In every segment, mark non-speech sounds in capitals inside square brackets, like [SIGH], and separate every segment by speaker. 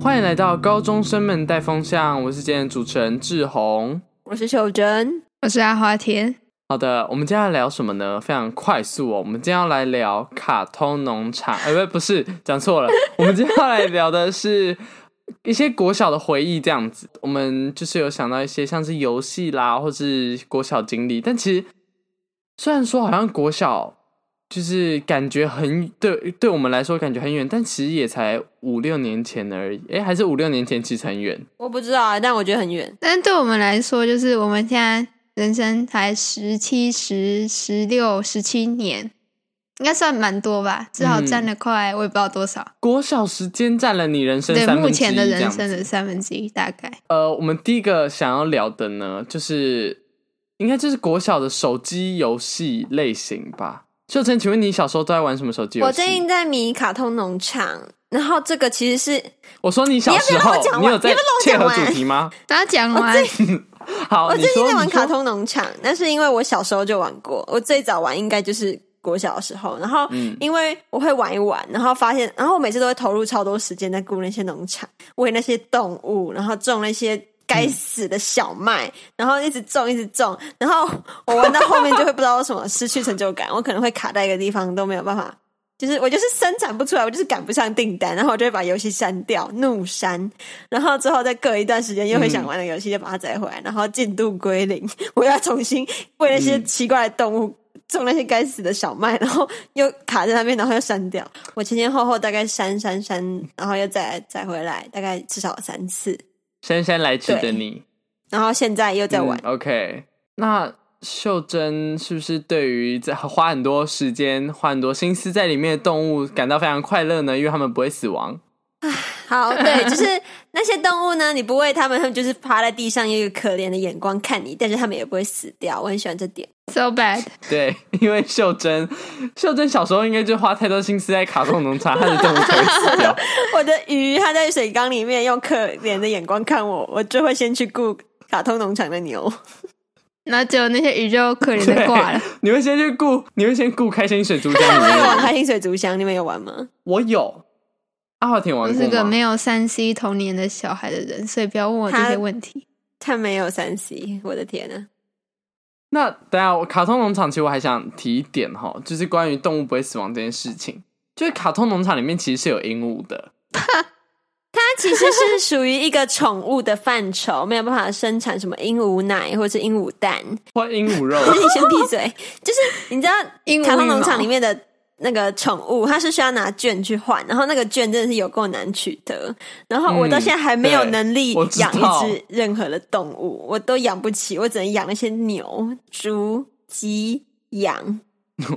Speaker 1: 欢迎来到高中生们带风向，我是今天的主持人志宏。
Speaker 2: 我是秀珍，
Speaker 3: 我是阿华田。
Speaker 1: 好的，我们今天要聊什么呢？非常快速哦，我们今天要来聊卡通农场， [LAUGHS] 哎、不，不是，讲错了， [LAUGHS] 我们今天要来聊的是一些国小的回忆，这样子。我们就是有想到一些像是游戏啦，或是国小经历，但其实虽然说好像国小就是感觉很对，对我们来说感觉很远，但其实也才五六年前而已，哎、还是五六年前，其实很远。
Speaker 2: 我不知道，啊，但我觉得很远。
Speaker 3: 但对我们来说，就是我们现在人生才十七、十、十六、十七年，应该算蛮多吧，至少
Speaker 1: 嗯
Speaker 3: 占了快、我也不知道多少，
Speaker 1: 国小时间占了你人生
Speaker 3: 对
Speaker 1: 三
Speaker 3: 目
Speaker 1: 分之一
Speaker 3: 前的
Speaker 1: 这
Speaker 3: 人
Speaker 1: 样
Speaker 3: 生
Speaker 1: 子
Speaker 3: 的三分之一大概。
Speaker 1: 呃，我们第一个想要聊的呢，就是应该就是国小的手机游戏类型吧。秀珍，请问你小时候都在玩什么手机游戏？
Speaker 2: 我最近在迷卡通农场，然后这个其实是
Speaker 1: 我说你小时
Speaker 2: 你要不要让
Speaker 1: 候
Speaker 2: 我，讲完
Speaker 1: 有在
Speaker 2: 你要不
Speaker 1: 切
Speaker 2: 要让
Speaker 1: 合
Speaker 2: 我讲完
Speaker 1: 主
Speaker 2: [LAUGHS]
Speaker 1: 题吗？
Speaker 3: 然后讲
Speaker 1: 哦
Speaker 3: 完，
Speaker 1: 好，
Speaker 2: 我
Speaker 1: 你
Speaker 2: 最近
Speaker 1: 说
Speaker 2: 在玩
Speaker 1: 你说
Speaker 2: 卡通农场，那是因为我小时候就玩过，我最早玩应该就是国小的时候，然后
Speaker 1: 嗯
Speaker 2: 因为我会玩一玩，然后发现，然后我每次都会投入超多时间在顾那些农场，喂那些动物，然后种那些。该死的小麦，然后一直种，一直种，然后我玩到后面就会不知道为什么失去成就感，我可能会卡在一个地方都没有办法，就是我就是生产不出来，我就是赶不上订单，然后我就会把游戏删掉，怒删，然后之后再隔一段时间又会想玩的游戏，就把它载回来，然后进度归零。 [LAUGHS] 我要重新喂那些奇怪的动物，种那些该死的小麦，然后又卡在那边，然后又删掉。我前前后后大概删删删，然后又再载回来，大概至少三次。
Speaker 1: 姗姗来迟的
Speaker 2: 对
Speaker 1: 你，
Speaker 2: 然后现在又在玩，
Speaker 1: 嗯 OK，那秀珍是不是对于在花很多时间、花很多心思在里面的动物感到非常快乐呢？因为它们不会死亡。
Speaker 2: 好，对，就是那些动物呢，你不喂它们，它们就是趴在地上，用一个可怜的眼光看你，但是它们也不会死掉。我很喜欢这点。
Speaker 3: so bad，
Speaker 1: [LAUGHS] 对，因为秀珍，秀珍小时候应该就花太多心思在卡通农场，她的动物才会死掉。
Speaker 2: 我的鱼它在水缸里面用可怜的眼光看我，我就会先去顾卡通农场的 [LAUGHS] 牛。
Speaker 3: 然后结果那些宇宙可怜的挂了。
Speaker 1: 你会先去顾，你会先顾开心水族箱
Speaker 2: 我
Speaker 1: 里
Speaker 2: 有玩
Speaker 1: 面。
Speaker 2: 开心水族箱，你们有玩吗？
Speaker 1: 我有，阿华田玩
Speaker 3: 我是
Speaker 1: 过
Speaker 3: 个
Speaker 1: 吗？
Speaker 3: 没有三 C 童年的小孩的人，所以不要问我这
Speaker 2: 他
Speaker 3: 些问题。
Speaker 2: 他没有三 C，我的天啊呐、
Speaker 1: 那等一下，我卡通农场其实我还想提一点哈，就是关于动物不会死亡这件事情。就是卡通农场里面其实是有鹦鹉的，
Speaker 2: 它其实是属于一个宠物的范畴，没有办法生产什么鹦鹉奶或者是鹦鹉蛋。
Speaker 1: 或鹦鹉肉。 [LAUGHS]
Speaker 2: 你先闭嘴， [LAUGHS] 就是你知道
Speaker 3: 鹦鹉
Speaker 2: 卡通农
Speaker 3: 羽毛
Speaker 2: 场里面的那个宠物，它是需要拿券去换，然后那个券真的是有够难取得。然后我到
Speaker 1: 嗯
Speaker 2: 现在还没有
Speaker 1: 对
Speaker 2: 能力
Speaker 1: 我知
Speaker 2: 养
Speaker 1: 道
Speaker 2: 一只任何的动物，我都养不起，我只能养那些牛、猪、鸡、羊，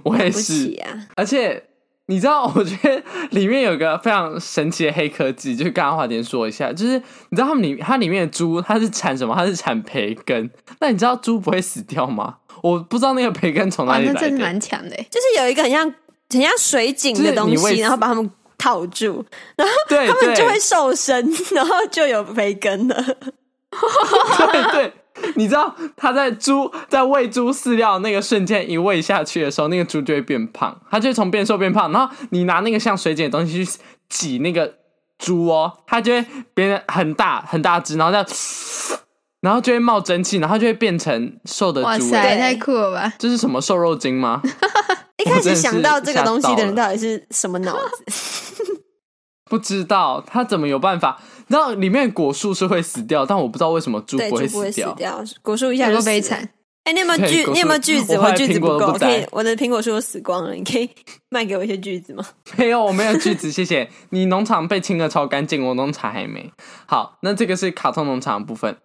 Speaker 1: 我也
Speaker 2: 不起
Speaker 1: 是，
Speaker 2: 啊！
Speaker 1: 而且你知道，我觉得里面有个非常神奇的黑科技，就是刚刚华田说一下，就是你知道他们里它里面的猪它是产什么？它是产培根。那你知道猪不会死掉吗？我不知道那个培根从哪
Speaker 3: 哇，
Speaker 1: 里
Speaker 3: 哦那
Speaker 1: 来的
Speaker 3: 真。是蛮强的欸。
Speaker 2: 就是有一个很像很像水井
Speaker 1: 就是
Speaker 2: 的
Speaker 1: 你
Speaker 2: 东
Speaker 1: 喂
Speaker 2: 西，然后把它们套住，
Speaker 1: 对，
Speaker 2: 它们就
Speaker 1: 对
Speaker 2: 会瘦身，然后就有培根了。
Speaker 1: 对对，你知道他在猪在喂猪饲料那个瞬间一喂下去的时候，那个猪就会变胖，它就会从变瘦变胖。然后你拿那个像水碱的东西去挤那个猪哦，它就会变得很大很大只，然后这样，然后就会冒蒸汽，然后就会变成瘦的
Speaker 3: 欸哇
Speaker 1: 猪。
Speaker 3: 塞，
Speaker 1: 哎
Speaker 2: 对
Speaker 3: 太酷了吧！
Speaker 1: 这是什么瘦肉精吗？
Speaker 2: 一
Speaker 1: 我
Speaker 2: 开
Speaker 1: 真
Speaker 2: 始
Speaker 1: 的
Speaker 2: 想
Speaker 1: 是
Speaker 2: 到这个
Speaker 1: 吓
Speaker 2: 东西
Speaker 1: 到
Speaker 2: 的人
Speaker 1: 了
Speaker 2: 到底是什么脑子？
Speaker 1: 不知道他怎么有办法？你知道里面的果树是会死掉，但我不知道为什么猪
Speaker 2: 对，
Speaker 1: 不
Speaker 2: 就
Speaker 1: 会
Speaker 2: 不
Speaker 1: 死
Speaker 2: 会死
Speaker 1: 掉。
Speaker 2: 掉，果树一下
Speaker 3: 有
Speaker 2: 就
Speaker 3: 多
Speaker 2: 死
Speaker 3: 悲
Speaker 2: 了。
Speaker 3: 惨？
Speaker 2: 哎、你有没有
Speaker 1: 对
Speaker 2: 锯？
Speaker 1: 果
Speaker 2: 你有没有
Speaker 1: 树
Speaker 2: 锯子？
Speaker 1: 我
Speaker 2: 我
Speaker 1: 后来
Speaker 2: 的锯子
Speaker 1: 苹
Speaker 2: 不
Speaker 1: 果都
Speaker 2: 够，
Speaker 1: 不
Speaker 2: 我可以
Speaker 1: 摘，
Speaker 2: 我的苹果树都死光了，你可以 [LAUGHS] 卖给我一些锯子吗？
Speaker 1: [LAUGHS] 没有，我没有锯子，谢谢。你农场被清的超干净，我农场还没。好，那这个是卡通农场的部分。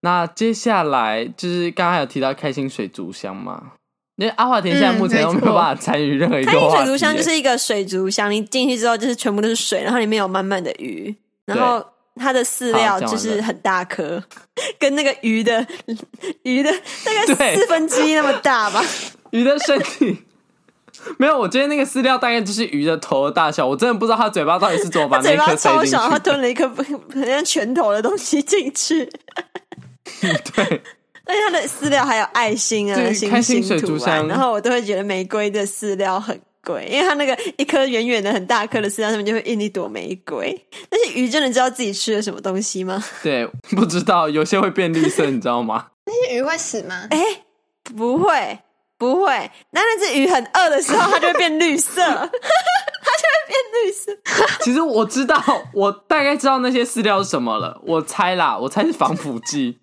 Speaker 1: 那接下来就是刚刚有提到开心水族箱嘛，因为阿华田现在目前
Speaker 3: 嗯
Speaker 1: 都没
Speaker 3: 没
Speaker 1: 有
Speaker 3: 错
Speaker 1: 办法参与任何一
Speaker 2: 开
Speaker 1: 个
Speaker 2: 心
Speaker 1: 话
Speaker 2: 水
Speaker 1: 题耶。
Speaker 2: 族箱就是一个水族箱，你进去之后就是全部都是水，然后里面有满满的鱼，然后它的饲
Speaker 1: 好
Speaker 2: 料
Speaker 1: 讲完
Speaker 2: 就是
Speaker 1: 了
Speaker 2: 很大颗，跟那个鱼的鱼的大
Speaker 1: 对
Speaker 2: 概四分之一那么大吧。
Speaker 1: 鱼的身体。 [LAUGHS] 没有，我今天那个饲料大概就是鱼的头的大小，我真的不知道它嘴巴到底是怎么把
Speaker 2: 它
Speaker 1: 那
Speaker 2: 嘴巴
Speaker 1: 颗塞
Speaker 2: 超
Speaker 1: 进去
Speaker 2: 小，它
Speaker 1: 的。
Speaker 2: 吞了一颗 [LAUGHS] 不很像拳头的东西进去，
Speaker 1: [LAUGHS] 对，
Speaker 2: 而且它的饲料还有爱心啊啊
Speaker 1: 对、
Speaker 2: 星
Speaker 1: 开心
Speaker 2: 星
Speaker 1: 水族
Speaker 2: 图
Speaker 1: 箱
Speaker 2: 案，然后我都会觉得玫瑰的饲料很瑰，因为它那个一颗远远的很大颗的饲料上面就会印一朵玫瑰。但是鱼真的知道自己吃了什么东西
Speaker 1: [LAUGHS]
Speaker 2: 吗？
Speaker 1: 对，不知道有些会变绿色，你知道吗？
Speaker 3: 那些鱼会死吗？
Speaker 2: 哎、不会，不会。那那只鱼很饿的时候，它就会变绿
Speaker 1: [LAUGHS]
Speaker 2: 色，它就会变绿色。
Speaker 1: 其实我知道，我大概知道那些饲料是什么了。我猜啦，我猜是防腐
Speaker 2: [LAUGHS]
Speaker 1: 剂。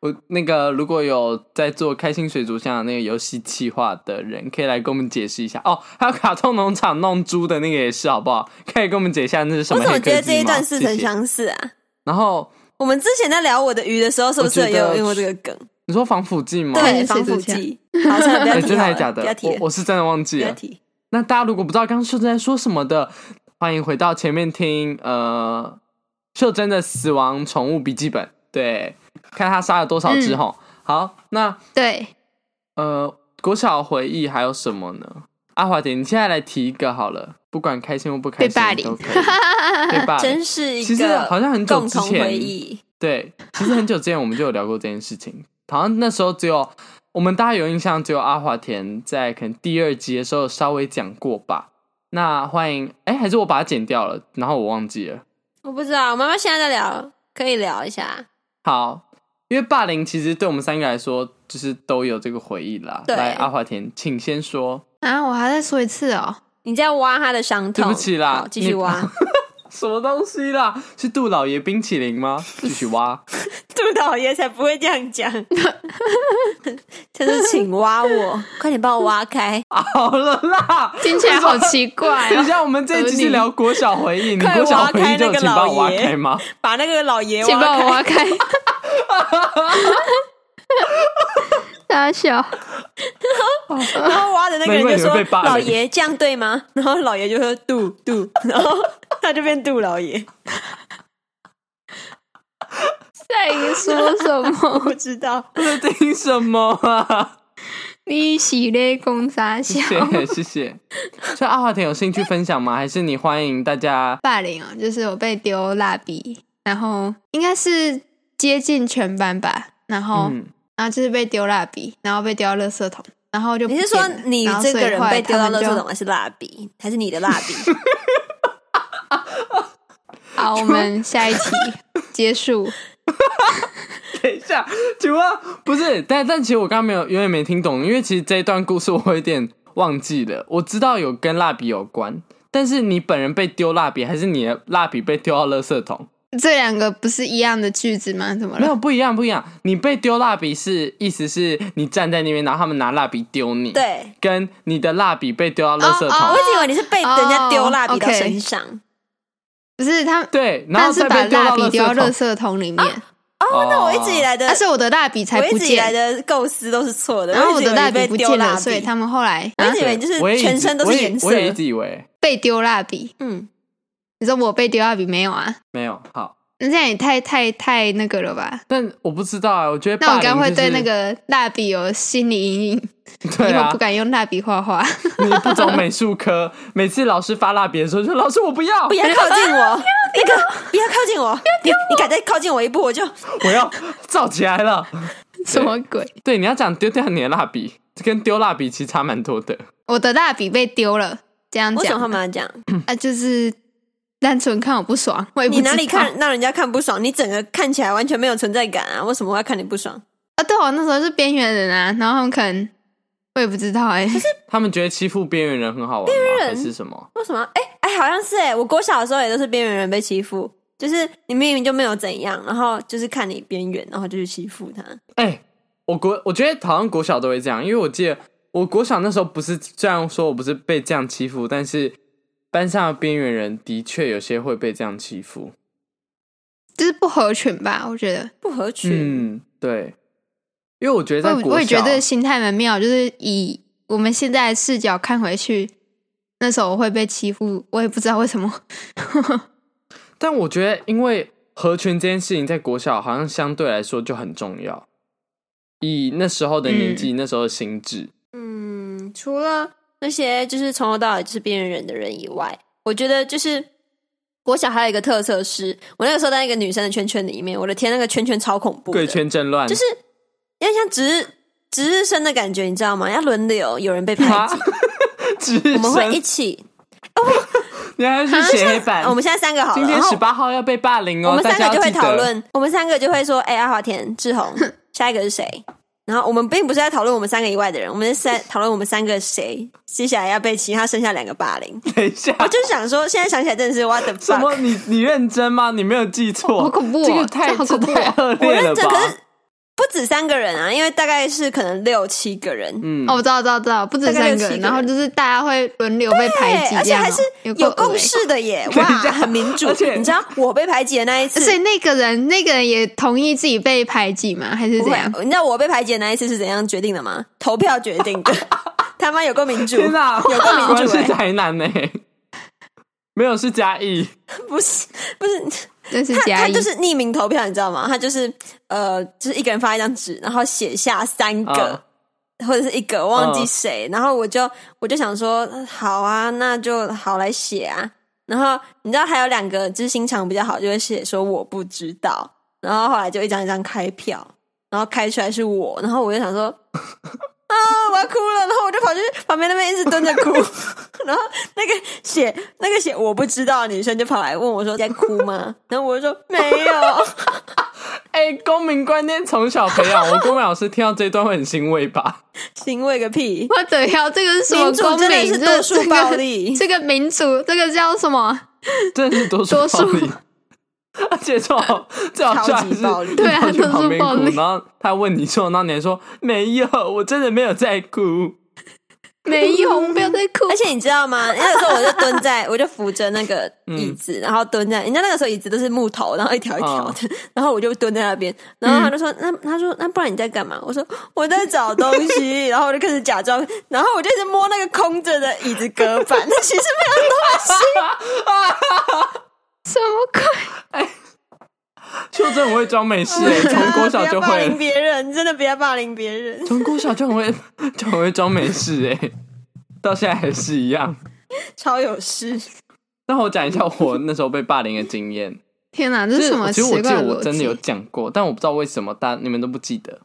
Speaker 1: 我那个如果有在做开心水族箱的那个游戏企划的人，可以来跟我们解释一下哦。还有卡通农场弄猪的那个也是，好不好？可以跟我们解一下那是什
Speaker 2: 我
Speaker 1: 么黑
Speaker 2: 怎么
Speaker 1: 科技吗？
Speaker 2: 觉得这一段似曾
Speaker 1: 谢谢
Speaker 2: 相识啊？
Speaker 1: 然后
Speaker 2: 我们之前在聊我的鱼的时候，是不是
Speaker 1: 我觉
Speaker 2: 也
Speaker 1: 得
Speaker 2: 有用过这个梗？
Speaker 1: 你说防腐剂吗？
Speaker 3: 看一
Speaker 2: 对，
Speaker 3: 下
Speaker 2: 防腐
Speaker 3: 谁之前
Speaker 2: 剂。好，算了，不要
Speaker 1: 哎，
Speaker 2: 提
Speaker 1: 真的
Speaker 2: 好
Speaker 1: 还
Speaker 2: 了，
Speaker 1: 是假
Speaker 2: 不要
Speaker 1: 的？
Speaker 2: 提
Speaker 1: 我
Speaker 2: 了，
Speaker 1: 我是真的忘记
Speaker 2: 不要
Speaker 1: 了。
Speaker 2: 提。
Speaker 1: 那大家如果不知道刚刚秀珍在说什么的，欢迎回到前面听呃秀珍的死亡宠物笔记本，对，看她杀了多少
Speaker 3: 嗯
Speaker 1: 只吼。好，那
Speaker 3: 对，
Speaker 1: 呃国小回忆还有什么呢？阿华姐，你现在来提一个好了，不管开心或不开
Speaker 3: 被霸
Speaker 1: 心
Speaker 3: 凌
Speaker 1: 都可以。被
Speaker 3: [LAUGHS]
Speaker 1: 霸凌
Speaker 2: 真，是一
Speaker 1: 其实好
Speaker 2: 个
Speaker 1: 像很久
Speaker 2: 共
Speaker 1: 之
Speaker 2: 同回
Speaker 1: 前，
Speaker 2: 忆。
Speaker 1: 对，其实很久之前我们就有聊过这件事情，好像那时候只有我们大家有印象，只有阿华田在可能第二集的时候稍微讲过吧。那欢迎，哎、还是我把它剪掉了，然后我忘记了。
Speaker 2: 我不知道，我妈妈现在在聊，可以聊一下。
Speaker 1: 好，因为霸凌其实对我们三个来说，就是都有这个回忆啦。
Speaker 2: 对
Speaker 1: 来，阿华田，请先说。
Speaker 3: 啊，我还要再说一次哦。 [LAUGHS]
Speaker 2: 你在挖她的伤痛，
Speaker 1: 对不起啦
Speaker 2: 好继续 [LAUGHS]
Speaker 1: 你
Speaker 2: 挖。
Speaker 1: 什么东西啦？是杜老爷冰淇
Speaker 2: [LAUGHS]
Speaker 1: 淋吗？继续挖。
Speaker 2: 杜导爷才不会这样讲， [LAUGHS] 他说：“请挖我， [LAUGHS] 快点把我挖开，
Speaker 1: 好了啦，
Speaker 3: 听起来好奇怪
Speaker 1: 等一
Speaker 3: 哦。
Speaker 1: 下我们这一集
Speaker 3: 合
Speaker 1: 是
Speaker 3: 理
Speaker 1: 聊国小回忆，
Speaker 2: [LAUGHS]
Speaker 1: 你
Speaker 2: 快
Speaker 1: 国小
Speaker 2: 挖
Speaker 1: 回
Speaker 2: 开
Speaker 1: 忆就
Speaker 2: 那个
Speaker 1: 请把我
Speaker 2: 老
Speaker 1: 挖
Speaker 2: 爷
Speaker 1: 开吗？
Speaker 2: 把那个老爷
Speaker 3: 请
Speaker 2: 挖
Speaker 3: 把我
Speaker 2: 开。
Speaker 3: 挖 [LAUGHS] 开。大笑，”
Speaker 2: 然后挖的那个
Speaker 1: [LAUGHS] 难怪
Speaker 2: 人
Speaker 1: 你
Speaker 2: 就说
Speaker 1: 会被：“霸凌
Speaker 2: 老爷这样对吗？” [LAUGHS] 然后老爷就说：“杜杜。” [LAUGHS] 然后他就变杜老
Speaker 1: [LAUGHS]
Speaker 2: 爷，
Speaker 3: 在说什
Speaker 1: [LAUGHS]
Speaker 3: 么？
Speaker 2: 不知
Speaker 3: [LAUGHS]
Speaker 2: 道。
Speaker 1: 我在听什么啊？
Speaker 3: 你喜嘞公傻笑
Speaker 1: 谢？谢谢谢。所以阿华田有兴趣分享吗？还是你欢迎大家？
Speaker 3: 霸凌哦，就是我被丢蜡笔，然后应该是接近全班吧，然后、
Speaker 1: 嗯，
Speaker 3: 然后就是被丢蜡笔，然后被丢到垃圾桶，然后就不
Speaker 2: 你是说
Speaker 3: 见了
Speaker 2: 你
Speaker 3: 然后
Speaker 2: 这个
Speaker 3: 所以
Speaker 2: 人
Speaker 3: 后来
Speaker 2: 被丢到
Speaker 3: 他们
Speaker 2: 垃
Speaker 3: 就
Speaker 2: 圾桶，还是蜡笔，还是你的蜡
Speaker 3: [LAUGHS]
Speaker 2: 笔？
Speaker 3: 好，我们下一题
Speaker 1: [LAUGHS]
Speaker 3: 结束。
Speaker 1: 等一下，请问不是？但但其实我刚刚没有，有点没听懂，因为其实这一段故事我有点忘记了。我知道有跟蜡笔有关，但是你本人被丢蜡笔，还是你的蜡笔被丢到垃圾 [LAUGHS] 桶？
Speaker 3: 这两个不是一样的句子吗？怎么
Speaker 1: 没
Speaker 3: 了？
Speaker 1: 有，不一样，不一样。你被丢蜡笔是意思是你站在那边，然后他们拿蜡笔丢你。。
Speaker 2: 对，
Speaker 1: 跟你的蜡笔被丢到垃圾桶
Speaker 3: 哦
Speaker 2: 我一直以为你是被人家丢蜡笔到
Speaker 3: 哦，OK
Speaker 2: 身上。
Speaker 3: 不是他，
Speaker 1: 对，然后
Speaker 3: 但是
Speaker 1: 再
Speaker 3: 把
Speaker 1: 被丢
Speaker 3: 蜡
Speaker 1: 到
Speaker 3: 笔丢到
Speaker 1: 垃
Speaker 3: 垃
Speaker 1: 圾桶。
Speaker 3: 圾桶里面，
Speaker 1: 哦
Speaker 2: 那我一直以来的
Speaker 3: 啊但是我的蜡笔才
Speaker 2: 我一
Speaker 3: 不
Speaker 2: 直以来
Speaker 3: 见，
Speaker 2: 的构思都是错的，
Speaker 3: 然后我
Speaker 2: 一直以
Speaker 3: 的
Speaker 2: 为
Speaker 3: 蜡
Speaker 2: 你
Speaker 3: 笔
Speaker 2: 被
Speaker 3: 不
Speaker 2: 丢
Speaker 3: 见
Speaker 2: 蜡
Speaker 3: 了，所以
Speaker 2: 笔，啊
Speaker 3: 他们后来嗯
Speaker 2: 我一直以
Speaker 1: 对
Speaker 2: 为就是
Speaker 1: 我也一直
Speaker 2: 全身都是
Speaker 1: 我也
Speaker 2: 颜色
Speaker 1: 我也一直以为
Speaker 3: 被丢蜡笔。
Speaker 2: 嗯，
Speaker 3: 你说我被丢蜡笔没有啊？
Speaker 1: 没有好。
Speaker 3: 那这样也太太太那个了吧？
Speaker 1: 但我不知道啊，我觉得
Speaker 3: 那
Speaker 1: 霸
Speaker 3: 我
Speaker 1: 凌、
Speaker 3: 应
Speaker 1: 就
Speaker 3: 该
Speaker 1: 是、
Speaker 3: 会对那个蜡笔有心理阴影，
Speaker 1: [LAUGHS] 对
Speaker 3: 以
Speaker 1: 啊
Speaker 3: 后不，敢用蜡笔画画。
Speaker 1: 你不懂美术科，每次老师发蜡笔的时候就说老师我不要，
Speaker 2: 不要靠近我，那个不要靠近我，你你敢再靠近我一步，我就
Speaker 1: 我要造起来了。
Speaker 3: 什么鬼？
Speaker 1: 对，你要讲丢掉你的蜡笔，跟丢蜡笔其实差蛮多的。
Speaker 3: 我的蜡笔被丢了，这样
Speaker 2: 为什么
Speaker 3: 讲
Speaker 2: 他们要这样？
Speaker 3: 啊，就是单纯看我不爽，我也不
Speaker 2: 你哪
Speaker 3: 知
Speaker 2: 里
Speaker 3: 道
Speaker 2: 看让人家看不爽？你整个看起来完全没有存在感啊！为什么我要看你不爽？
Speaker 3: 啊？对我那时候是边缘人啊，然后他们可能我也不知道哎、
Speaker 1: 他们觉得欺负边缘人很好玩吗？还是什么？
Speaker 2: 为什么？哎、哎、好像是哎、我国小的时候也都是边缘人被欺负，就是你明明就没有怎样，然后就是看你边缘，然后就去欺负他。
Speaker 1: 哎、我国我觉得好像国小都会这样，因为我记得我国小那时候不是虽然说我不是被这样欺负，但是班上的边缘人的确有些会被这样欺负。
Speaker 3: 就是不合群吧？我觉得，
Speaker 2: 不合群，
Speaker 1: 嗯，对，因为我觉得在
Speaker 3: 我
Speaker 1: 国
Speaker 3: 也
Speaker 1: 小，
Speaker 3: 我也觉得这个心态蛮妙，就是以我们现在的视角看回去，那时候我会被欺负，我也不知道为什么。
Speaker 1: 但我觉得，因为合群这件事情在国小好像相对来说就很重要，以那时候的年纪、那时候的心智，
Speaker 2: 嗯，除了那些就是从头到尾就是边缘人的人以外，我觉得就是国小还有一个特色是，我那个时候在一个女生的圈圈里面，我的天，那个圈圈超恐怖的，
Speaker 1: 贵圈争乱，
Speaker 2: 就是有点像只是值日生的感觉，你知道吗？要轮流，有人被排
Speaker 1: 啊
Speaker 2: 挤，，
Speaker 1: [LAUGHS] 值
Speaker 2: 我们会
Speaker 1: 生
Speaker 2: 一，起。
Speaker 1: 你还去写黑板？
Speaker 2: 我们现在三个好
Speaker 1: 今
Speaker 2: 了，
Speaker 1: 天
Speaker 2: 然
Speaker 1: 十
Speaker 2: 后
Speaker 1: 八号要被霸凌
Speaker 2: 我
Speaker 1: 哦，
Speaker 2: 们
Speaker 1: 大
Speaker 2: 三
Speaker 1: 家
Speaker 2: 个就
Speaker 1: 要
Speaker 2: 会
Speaker 1: 记得
Speaker 2: 讨。论，我们三个就会说，哎、阿华田、志宏， [LAUGHS] 下一个是谁？然后我们并不是在讨论我们三个以外的人，我们是三讨论我们三个谁接下来要被其他剩下两个霸凌。
Speaker 1: 等一下，
Speaker 2: 我就想说，现在想起来真的是 what the
Speaker 1: 什么？
Speaker 2: fuck，
Speaker 1: 你你认真吗？你没有记错，
Speaker 3: 好恐怖哦
Speaker 1: 这个太
Speaker 3: 这好恐怖哦
Speaker 1: 这太恶
Speaker 2: 我
Speaker 1: 劣
Speaker 2: 认
Speaker 1: 了
Speaker 2: 真，可是
Speaker 1: 吧？
Speaker 2: 不止三个人啊，因为大概是可能六七个人，
Speaker 1: 嗯
Speaker 3: 哦，我知道，知道，知道，不止
Speaker 2: 大概
Speaker 3: 三
Speaker 2: 六七个
Speaker 3: 个，
Speaker 2: 人
Speaker 3: 然后就是大家会轮流被排挤
Speaker 2: 对，而
Speaker 3: 这
Speaker 2: 且
Speaker 3: 样哦，
Speaker 2: 还是
Speaker 3: 够
Speaker 2: 有共
Speaker 3: 恶欸。
Speaker 2: 识的耶，
Speaker 1: 等
Speaker 2: 哇，
Speaker 1: 一下
Speaker 2: 很民主。
Speaker 1: 而且
Speaker 2: 你知道我被排挤的那一次，
Speaker 3: 所以那个人，那个人也同意自己被排挤吗？还是
Speaker 2: 不
Speaker 3: 怎
Speaker 2: 会
Speaker 3: 样
Speaker 2: 啊，？你知道我被排挤的那一次是怎样决定的吗？投票决定的，他妈有够民主，
Speaker 1: 天哪，
Speaker 2: 有够
Speaker 1: [LAUGHS]
Speaker 2: 民
Speaker 1: 果
Speaker 2: 主、
Speaker 1: 然是
Speaker 2: 欸，
Speaker 1: 台南呢，没有是嘉义，
Speaker 2: 不是不是，
Speaker 3: 真是
Speaker 2: 他
Speaker 3: 假
Speaker 2: 他
Speaker 3: 意
Speaker 2: 就。是匿名投票，你知道吗？他就是呃，就是一个人发一张纸，然后写下三个。
Speaker 1: 嗯
Speaker 2: 或者是一个忘记
Speaker 1: 嗯
Speaker 2: 谁，然后我就我就想说，好啊，那就好来写啊。然后你知道还有两个知心肠比较好，就会写说我不知道。然后后来就一张一张开票，然后开出来是我，然后我就想说 [LAUGHS] 啊，我要哭了，然后我就跑去旁边那边一直蹲着哭。 [LAUGHS] 然后那个写那个写我不知道的女生就跑来问我说在哭吗？然后我就说没有。 [LAUGHS]
Speaker 1: 哎，公民观念从小培养，我公民老师听到这一段会很欣慰吧？ [LAUGHS]
Speaker 2: 欣慰个屁！
Speaker 3: 我的要这个是什么
Speaker 2: 民主
Speaker 3: 公
Speaker 2: 真的
Speaker 3: 民？
Speaker 2: 是
Speaker 3: 这
Speaker 2: 多数
Speaker 3: 这
Speaker 2: 暴
Speaker 3: 个
Speaker 2: 力
Speaker 3: 这个民主，这个叫什
Speaker 2: [LAUGHS]
Speaker 3: 么？
Speaker 1: 真的是多数
Speaker 3: 多数
Speaker 1: 暴力，而且最好最好笑
Speaker 2: 超
Speaker 1: 的
Speaker 2: 级
Speaker 1: 是，
Speaker 2: 暴
Speaker 1: [LAUGHS]
Speaker 2: 力
Speaker 1: 你
Speaker 3: 对啊
Speaker 1: 跑去
Speaker 3: 多数
Speaker 1: 旁边
Speaker 3: 暴
Speaker 1: 哭，
Speaker 3: 力
Speaker 1: 然后他问你说，然后你还说没有，我真的没有在哭。
Speaker 3: 没有，不要再哭
Speaker 2: [LAUGHS] 而。且你知道
Speaker 1: [LAUGHS]
Speaker 2: 吗？那个时候我就蹲在，我就扶着那个
Speaker 1: 嗯
Speaker 2: 椅子，然后蹲在。人家那个时候椅子都是木头，然后一条一条
Speaker 1: 哦
Speaker 2: 的， [LAUGHS] 然后我就蹲在那边。然后他就说：“
Speaker 1: 嗯
Speaker 2: 那他说那不然你在干嘛？”我说：“我在找东西。” [LAUGHS] 然后我就开始假装，然后我就一直摸那个空着的椅子隔板， [LAUGHS] 那其实没有东西。
Speaker 3: 什么鬼？
Speaker 1: 邱正我会装没事、欸，从国小就
Speaker 2: 不要霸
Speaker 1: 会
Speaker 2: 凌
Speaker 1: 了，
Speaker 2: 别人，真的不要霸凌别人。 [LAUGHS]
Speaker 1: 从国小就很会 [LAUGHS] 就很会装没事、欸，到现在还是一样。
Speaker 2: 超有
Speaker 1: [LAUGHS]
Speaker 2: 事，
Speaker 1: 那我讲一下我那时候被霸凌的经验，
Speaker 3: 天哪，啊这
Speaker 1: 就是
Speaker 3: 什么
Speaker 1: 其
Speaker 3: 奇
Speaker 1: 实我
Speaker 3: 怪
Speaker 1: 记得
Speaker 3: 逻
Speaker 1: 我真的有
Speaker 3: 辑？
Speaker 1: 讲过，但我不知道为什么大你们都不记得。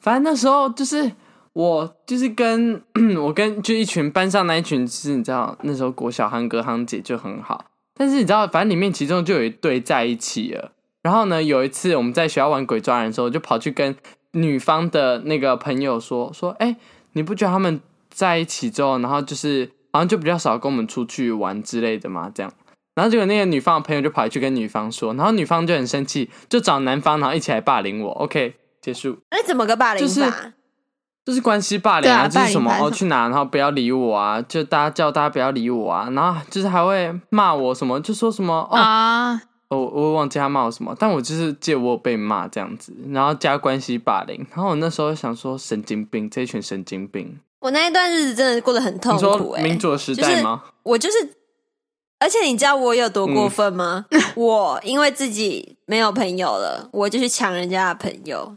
Speaker 1: 反正那时候就是我就是跟 [CLEARS THROAT] 我跟就一群班上那一群，其实你知道那时候国小憨哥憨姐就很好，但是你知道反正里面其中就有一对在一起了。然后呢，有一次我们在学校玩鬼抓人的时候，我就跑去跟女方的那个朋友说说，哎、你不觉得他们在一起之后，然后就是好像就比较少跟我们出去玩之类的嘛，这样。然后结果那个女方的朋友就跑去跟女方说，然后女方就很生气，就找男方，然后一起来霸凌我。OK，结束。
Speaker 2: 那哎怎么个霸凌
Speaker 1: 就是
Speaker 2: 法？
Speaker 1: 就是关系霸凌
Speaker 3: 对啊
Speaker 1: 就是什么
Speaker 3: 霸凌霸凌
Speaker 1: 哦，去哪然后不要理我啊，就大家叫大家不要理我啊，然后就是还会骂我什么，就说什么哦，
Speaker 3: 啊，
Speaker 1: 我我也忘记他骂我什么，但我就是借我有被骂这样子，然后加关系霸凌，然后我那时候想说神经病，这一群神经病，
Speaker 2: 我那一段日子真的过得很痛
Speaker 1: 你
Speaker 2: 苦、
Speaker 1: 说
Speaker 2: 欸。
Speaker 1: 民主的时代吗？
Speaker 2: 我就是，而且你知道我有多
Speaker 1: 嗯
Speaker 2: 过分
Speaker 1: [LAUGHS]
Speaker 2: 吗？我因为自己没有朋友了，我就去抢人家的朋友，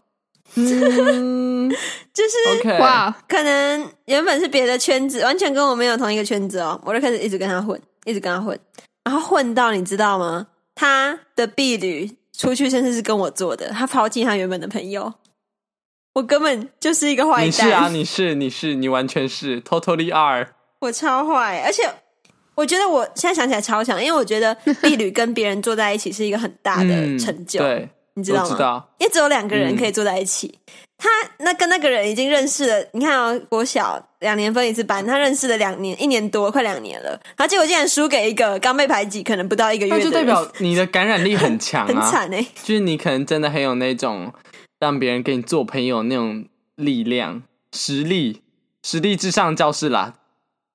Speaker 1: 嗯
Speaker 2: 就是
Speaker 1: ，OK，
Speaker 3: 哇，
Speaker 2: 可能原本是别的圈子，完全跟我没有同一个圈子哦，我就开始一直跟他混，一直跟他混，然后混到你知道吗？他的婢女出去甚至是跟我做的，他抛弃他原本的朋友，我根本就是一个坏蛋。
Speaker 1: 你是
Speaker 2: [LAUGHS]
Speaker 1: 啊，你是你是你完全是 totally are，
Speaker 2: 我超坏，而且我觉得我现在想起来超强，因为我觉得 [LAUGHS] 婢女跟别人坐在一起是一个很大的
Speaker 1: 嗯，
Speaker 2: 成就，
Speaker 1: 对，
Speaker 2: 你知
Speaker 1: 我
Speaker 2: 道
Speaker 1: 知
Speaker 2: 吗？
Speaker 1: 道，
Speaker 2: 因为只有两个人
Speaker 1: 嗯
Speaker 2: 可以坐在一起，他那跟那个人已经认识了，你看哦，国小两年分一次班，他认识了两年，一年多，快两年了，然后结果竟然输给一个刚被排挤，可能不到一个月的
Speaker 1: 那就
Speaker 2: 人，
Speaker 1: 代表你的感染
Speaker 2: [LAUGHS]
Speaker 1: 力很强
Speaker 2: 很
Speaker 1: 啊，
Speaker 2: 惨哎、
Speaker 1: 就是你可能真的很有那种让别人跟你做朋友那种力量、实力、实力至上教室啦。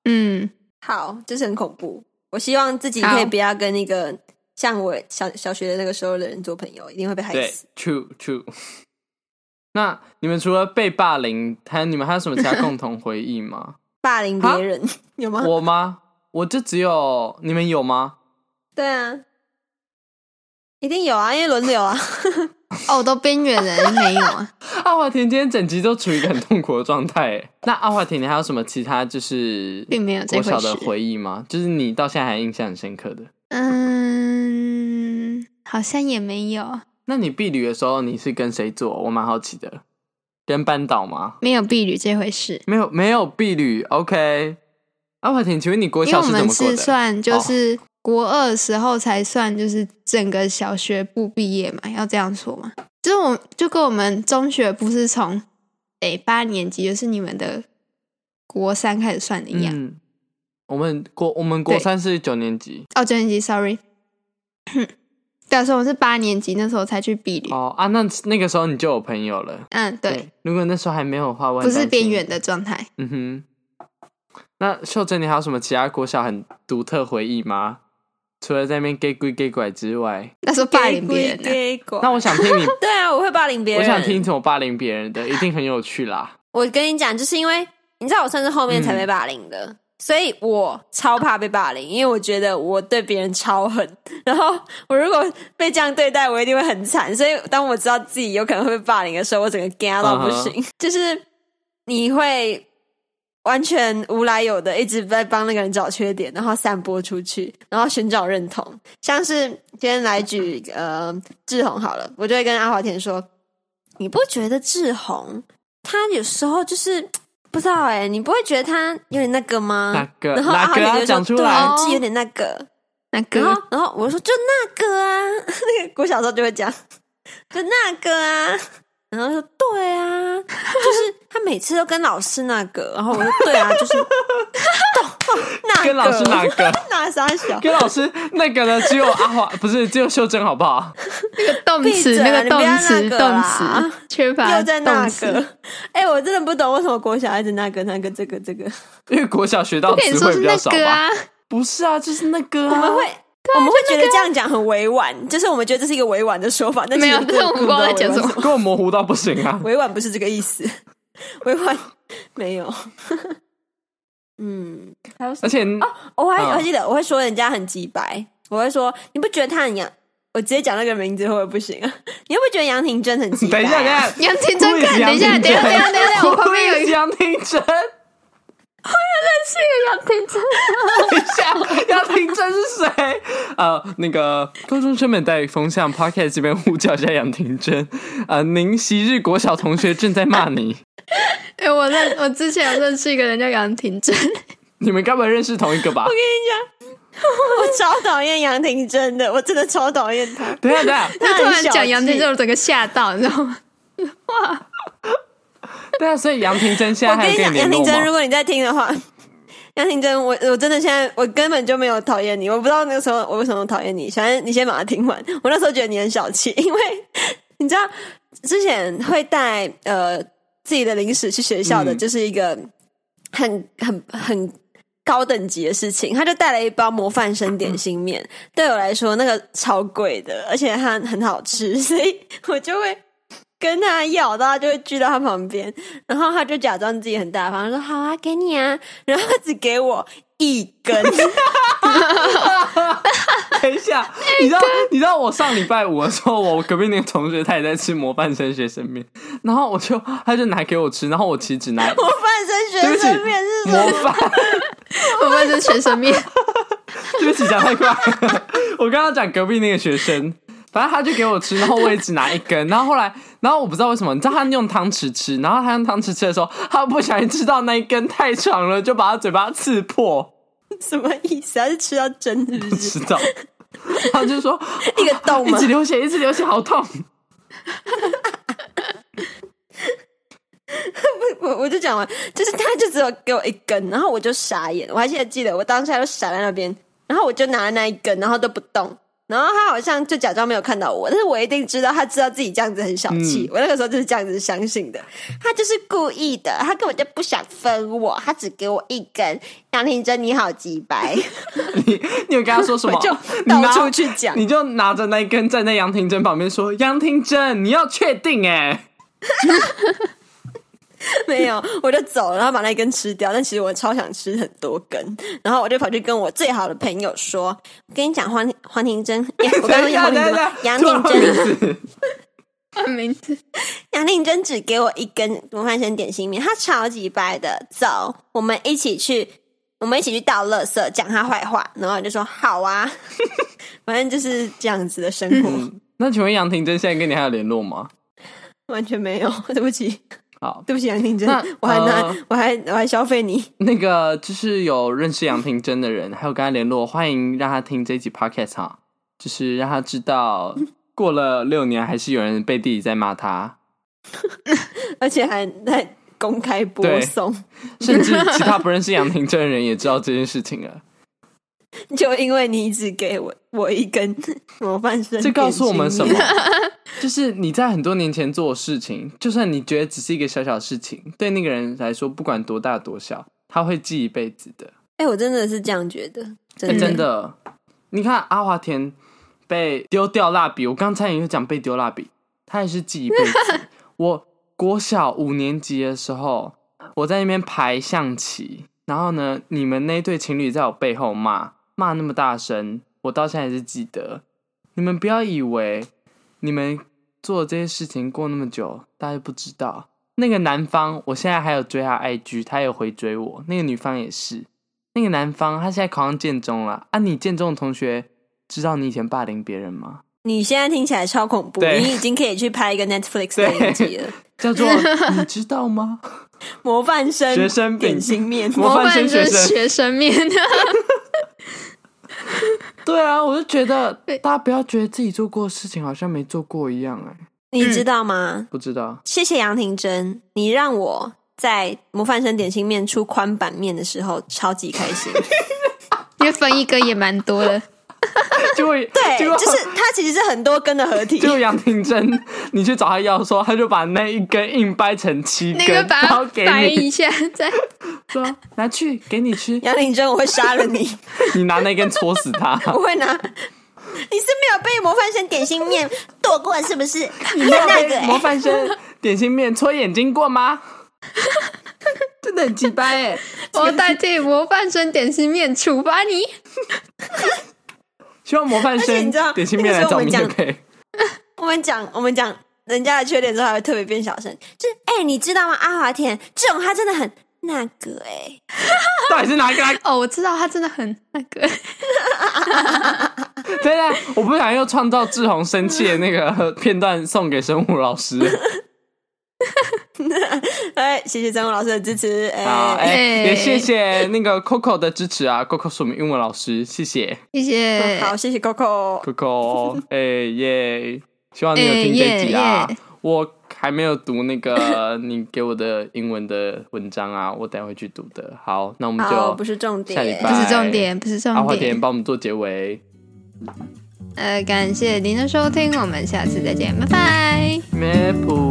Speaker 3: 嗯，
Speaker 2: 好，就是很恐怖。我希望自己可以
Speaker 3: 好
Speaker 2: 不要跟那个像我小小学的那个时候的人做朋友，一定会被害
Speaker 1: 对
Speaker 2: 死。
Speaker 1: ，true true。那你们除了被霸凌，还有你们还有什么其他共同回
Speaker 2: [LAUGHS]
Speaker 1: 忆吗？
Speaker 2: 霸凌别人有吗？
Speaker 1: 我吗？我就只有你们有吗？
Speaker 2: 对啊，一定有啊，因为轮流啊。
Speaker 3: 哦，我都边缘人没有啊。
Speaker 1: 阿华田今天整集都处于一个很痛苦的状态。
Speaker 3: [LAUGHS]
Speaker 1: 哎那阿华田，你还有什么其他就是
Speaker 3: 并没有这
Speaker 1: 国
Speaker 3: 回
Speaker 1: 小的
Speaker 3: 事
Speaker 1: 回忆吗？就是你到现在还印象很深刻的？
Speaker 3: 嗯，好像也没有。
Speaker 1: 那你避旅的时候，你是跟谁做？我蛮好奇的。人班导吗？
Speaker 3: 没有婢女这回事，
Speaker 1: 没有，没有婢女。OK，阿华庭，请问你国
Speaker 3: 因为
Speaker 1: 小
Speaker 3: 我
Speaker 1: 是怎
Speaker 3: 们
Speaker 1: 么过
Speaker 3: 是
Speaker 1: 的？哦
Speaker 3: 算就是国二的时候才算就是整个小学部毕业嘛，要这样说嘛，就是我就跟我们中学不是从诶八年级，就是你们的国三开始算的一样，
Speaker 1: 嗯，我们国我们国
Speaker 3: 对
Speaker 1: 三是九年级。
Speaker 3: 哦九年级，sorry，对啊，所以我是八年级那时候才去婢女，
Speaker 1: 哦啊，那那个时候你就有朋友了。
Speaker 3: 嗯，对，，
Speaker 1: 如果那时候还没有的话，我很
Speaker 3: 不是
Speaker 1: 担心
Speaker 3: 边缘。的状态。
Speaker 1: 嗯哼。那秀珍，你还有什么其他国小很独特回忆吗？除了在那边 gay 鬼 gay 拐之外，
Speaker 3: 那时候霸凌
Speaker 2: [LAUGHS]
Speaker 3: 别人呢、啊
Speaker 2: 那
Speaker 1: 啊那我想听
Speaker 3: [LAUGHS]
Speaker 1: 你，
Speaker 2: 对啊，我会霸凌别
Speaker 1: 我
Speaker 2: 人。
Speaker 1: 想听你怎么霸凌别人的，一定很有趣啦。
Speaker 2: 我跟你讲，就是因为你知道我算是后面才被霸凌的，所以我超怕被霸凌，因为我觉得我对别人超狠，然后我如果被这样对待，我一定会很惨。所以当我知道自己有可能会被霸凌的时候，我整个 get 到不行就是你会。完全无来由的一直在帮那个人找缺点，然后散播出去，然后寻找认同。像是今天来举呃志宏好了，我就会跟阿华田说，你不觉得志宏他有时候就是不知道哎、你不会觉得他有点那个吗？
Speaker 1: 哪个
Speaker 2: 然后阿
Speaker 1: 哪
Speaker 2: 华
Speaker 1: 个
Speaker 2: 田
Speaker 1: 啊
Speaker 2: 就说
Speaker 1: 讲出
Speaker 2: 对
Speaker 1: 来
Speaker 2: 就是有点那个。
Speaker 3: 那
Speaker 2: 然
Speaker 3: 个
Speaker 2: 后，然后我就说就那个啊， [LAUGHS] 那个我小时候就会讲，就那个啊。然后说对啊，就是他每次都跟老师那个。然后我说对啊，就是哦那个
Speaker 1: 跟老师哪个？
Speaker 2: [LAUGHS] 那啥小
Speaker 1: 跟老师那个呢？只有阿华，不是只有秀珍，好不好？
Speaker 3: 动
Speaker 2: 闭
Speaker 3: 词
Speaker 2: 嘴啊
Speaker 3: 那
Speaker 2: 你
Speaker 3: 个
Speaker 2: 不
Speaker 3: 动
Speaker 2: 要
Speaker 3: 词
Speaker 2: 那个
Speaker 3: 动
Speaker 2: 啦
Speaker 3: 词缺乏
Speaker 2: 又在那
Speaker 3: 动
Speaker 2: 个
Speaker 3: 词。，
Speaker 2: 哎、我真的不懂为什么国小一直那个那个这个这个，
Speaker 1: 因为国小学到
Speaker 3: 我跟你
Speaker 1: 词
Speaker 3: 说
Speaker 1: 汇
Speaker 3: 是
Speaker 1: 比
Speaker 3: 那
Speaker 1: 较少
Speaker 3: 个
Speaker 1: 吧？
Speaker 3: 啊，
Speaker 1: 不是啊，就是那个啊。
Speaker 2: 我们会。我们会觉得这样讲很委婉，就是我们觉得这是一个委婉的说法，但
Speaker 3: 没有
Speaker 2: 其实根
Speaker 3: 但我
Speaker 2: 本
Speaker 3: 们不知道在讲
Speaker 2: 委婉
Speaker 3: 什么
Speaker 1: 给我模糊到不行啊！
Speaker 2: 委婉不是这个意思，委婉没有。 [LAUGHS] 嗯，还有什
Speaker 1: 而且
Speaker 3: 哦
Speaker 2: 么？哦我还、
Speaker 1: 嗯
Speaker 2: 我还记得，我会说人家很鸡白，我会说你不觉得他很杨？我直接讲那个名字会不会不行啊？ [LAUGHS] 你会不会觉得杨廷真很鸡白、
Speaker 1: 等一下，等一下，
Speaker 3: 杨廷真看，等一下，等一下，等一下，等一下，我旁边有一个
Speaker 1: 杨廷真，
Speaker 3: 杨廷真，
Speaker 1: 等一下，杨廷真是谁？呃，那个高中生们带风向 Pocket 这边呼叫一下杨廷真。呃，您昔日国小同学正在骂你，
Speaker 3: 哎，我认我之前有认识一个人叫杨廷真，
Speaker 1: 你们该不会认识同一个吧？
Speaker 2: [LAUGHS] 我超讨厌杨廷真的，我真的超讨厌他。
Speaker 1: 等一下，等一下，
Speaker 3: 他突
Speaker 2: 很
Speaker 3: 然
Speaker 2: 小
Speaker 3: 讲杨廷
Speaker 2: 气
Speaker 3: 真，我整个吓到，你知道吗？
Speaker 1: 对啊，所以杨廷真现在
Speaker 2: 我
Speaker 1: 还
Speaker 2: 跟
Speaker 1: 有
Speaker 2: 你
Speaker 1: 跟
Speaker 2: 讲，
Speaker 1: 你
Speaker 2: 杨廷
Speaker 1: 联络
Speaker 2: 真，如
Speaker 1: 吗？
Speaker 2: 果你在听的话， [LAUGHS] 杨廷真，我我真的现在我根本就没有讨厌你，我不知道那个时候我为什么讨厌你。反正你先把它听完。我那时候觉得你很小气，因为你知道之前会带呃自己的零食去学校的，
Speaker 1: 嗯
Speaker 2: 就是一个很很很高等级的事情。他就带了一包模范生点心面，对我来说那个超贵的，而且它很好吃， [LAUGHS] 所以我就会。跟他要，然后他就会聚到他旁边，然后他就假装自己很大方，说好啊，给你啊，然后他只给我一根，
Speaker 1: 等一下，你知道，你知道我上礼拜五的时候，我隔壁那个同学他也在吃模范生学生面，然后我就他就拿给我吃，然后我其实只
Speaker 2: [LAUGHS]
Speaker 1: 拿
Speaker 2: 模范生学生面是什
Speaker 1: 模
Speaker 2: 么？
Speaker 1: 范。
Speaker 3: 我们是学生面， [LAUGHS]
Speaker 1: [LAUGHS] 对不起，讲太快了。我刚刚讲隔壁那个学生，反正他就给我吃，然后我也只拿一根。然后后来，然后我不知道为什么，你知道他用汤匙吃，然后他用汤匙吃的时候，他不小心吃到那一根太长了，就把他嘴巴刺破，
Speaker 2: 什么意思？他是吃到针是不是？
Speaker 1: 知道？他就说
Speaker 2: [LAUGHS] 一个洞
Speaker 1: 一
Speaker 2: 吗
Speaker 1: 直？流血，一直流血，好痛。
Speaker 2: 我我就讲完，就是他就只有给我一根，然后我就傻眼，我还现在记得我当下就傻在那边，然后我就拿了那一根，然后都不动。然后他好像就假装没有看到我，但是我一定知道他知道自己这样子很小气。我那个时候就是这样子相信的，他就是故意的，他根本就不想分我，他只给我一根。杨廷真，你好鸡白，
Speaker 1: 你你有跟他说什么？
Speaker 2: 我就
Speaker 1: 你拿
Speaker 2: 到处去讲
Speaker 1: 你就拿着那一根站在杨廷真旁边说：“杨廷真，你要确定哎、
Speaker 2: [LAUGHS] 没有，我就走了，然后把那一根吃掉。但其实我超想吃很多根，然后我就跑去跟我最好的朋友说：“我跟你讲，黄黄庭
Speaker 1: [LAUGHS]
Speaker 2: 珍，哎我刚刚
Speaker 1: 等一
Speaker 2: 说
Speaker 1: 下，
Speaker 2: 黄庭
Speaker 1: 等一
Speaker 2: 珍
Speaker 1: 下
Speaker 2: 吗，，杨
Speaker 1: 突然
Speaker 2: 庭
Speaker 1: 换
Speaker 2: 珍，
Speaker 1: 名字
Speaker 3: 换名字，
Speaker 2: 杨庭珍只给我一根模范生点心面，他超级白的。走，我们一起去，我们一起去倒垃圾，讲他坏话。然后我就说好啊， [LAUGHS] 反正就是这样子的生活，
Speaker 1: 嗯那请问杨廷真现在跟你还有联络吗？
Speaker 2: 完全没有，对不起。
Speaker 1: 好， [LAUGHS]
Speaker 2: 对不起，杨廷真
Speaker 1: 那，
Speaker 2: 我还拿、
Speaker 1: 呃
Speaker 2: 我还我还消费你。
Speaker 1: 那个就是有认识杨廷真的人，还有跟他联络，欢迎让他听这一集 podcast 哈，就是让他知道过了六年还是有人背地里在骂他，
Speaker 2: 而且还在公开播送，
Speaker 1: 甚至其他不认识杨廷真的人也知道这件事情了。
Speaker 2: [LAUGHS] 就因为你只给我我一根 [LAUGHS] 模范生，
Speaker 1: 这告诉我们什么？？就是你在很多年前做的事情，就算你觉得只是一个小小事情，对那个人来说，不管多大多小，他会记一辈子的。
Speaker 2: [LAUGHS] 哎、我真的是这样觉得，真
Speaker 1: 欸
Speaker 2: 的。
Speaker 1: 真的，你看阿华田被丢掉蜡笔，我刚才也有讲被丢蜡笔，他也是记一辈子。 [LAUGHS] 我国小五年级的时候，我在那边排象棋，然后呢，你们那对情侣在我背后骂骂那么大声，我到现在还是记得。你们不要以为你们做这些事情过那么久，大家不知道。那个男方，我现在还有追他 IG，他有回追我。那个女方也是，那个男方他现在考上建中了啊！你建中的同学知道你以前霸凌别人吗？
Speaker 2: 你现在听起来超恐怖，
Speaker 1: 对
Speaker 2: 你已经可以去拍一个 Netflix
Speaker 1: 对
Speaker 2: 的影集
Speaker 1: [LAUGHS]
Speaker 2: 了。
Speaker 1: 叫
Speaker 2: [LAUGHS]
Speaker 1: 做你知道吗？
Speaker 2: 模范生
Speaker 1: 学生饼
Speaker 2: 点心
Speaker 1: [LAUGHS]
Speaker 2: 面，
Speaker 1: 模范生
Speaker 3: 范
Speaker 1: 学
Speaker 3: 生
Speaker 1: 生
Speaker 3: 学生面， [LAUGHS]
Speaker 1: 对啊，我就
Speaker 2: [LAUGHS]
Speaker 1: 觉得
Speaker 3: 对
Speaker 1: 大家不要觉得自己做过的事情好像没做过一样哎、
Speaker 2: 你知道吗？
Speaker 1: 不知道
Speaker 2: 谢谢杨廷真，你让我在模范生点心面出宽板面的时候超级开
Speaker 1: [LAUGHS]
Speaker 2: 心。
Speaker 3: 因为分一个也蛮多的。
Speaker 1: 结果
Speaker 2: [LAUGHS] 对，
Speaker 1: 结果
Speaker 2: 就是它其实是很多根的合体
Speaker 1: 结。果杨廷真，你去找他要的时候，他就把那一根硬掰成七
Speaker 3: 那
Speaker 1: 根，
Speaker 3: 个把
Speaker 1: 然后
Speaker 3: 它
Speaker 1: 给
Speaker 3: 掰
Speaker 1: 你
Speaker 3: 一下，再
Speaker 1: 说拿去给你
Speaker 2: [LAUGHS]
Speaker 1: 吃，
Speaker 2: 杨廷真，我会杀了你！
Speaker 1: 你拿那根戳死他。
Speaker 2: [LAUGHS] 我会拿。你是没有被模范生点心面剁过是不是？你的那个、
Speaker 1: 模
Speaker 2: 欸，
Speaker 1: 范生点心面戳眼睛过吗？真的很鸡掰哎、
Speaker 3: 我代替模范生点心面处罚你。
Speaker 1: 希望模范
Speaker 2: 而且
Speaker 1: 生
Speaker 2: 你知道
Speaker 1: 点心面来找我们就可以。
Speaker 2: 我们讲我们讲人家的缺点之后，还会特别变小声。就是哎、欸你知道吗？阿华田这种他真的很那个哎、欸
Speaker 1: 到底是哪一个来？
Speaker 3: 哦，我知道他真的很那个，
Speaker 1: [LAUGHS] 对啊，我不想又创造志宏生气的那个片段送给生物老
Speaker 3: [LAUGHS]
Speaker 1: 师。
Speaker 2: 哎，谢谢张文老师的支持。哎、
Speaker 1: 好，哎、
Speaker 3: 哎
Speaker 1: 也谢谢那个 Coco 的支持啊，Coco 是我们英文老师，谢谢
Speaker 3: 谢
Speaker 1: 哎
Speaker 3: 谢。
Speaker 2: 嗯好，谢谢 Coco。
Speaker 1: Coco。哎
Speaker 3: [LAUGHS]
Speaker 1: 耶，希望你有听
Speaker 3: 哎耶
Speaker 1: 这集啊。
Speaker 3: 耶
Speaker 1: 我还没有读那个你给我的英文的文章啊，我等一下会去读的。好，那我们
Speaker 2: 好，
Speaker 1: 就
Speaker 2: 不是重
Speaker 1: 下礼
Speaker 2: 点。
Speaker 1: 拜
Speaker 3: 不是重点，不是
Speaker 1: 阿
Speaker 3: 重
Speaker 1: 华
Speaker 3: 点
Speaker 1: 田。帮我们做结尾，
Speaker 3: 呃，感谢您的收听，我们下次再见，拜拜。
Speaker 1: 咩不。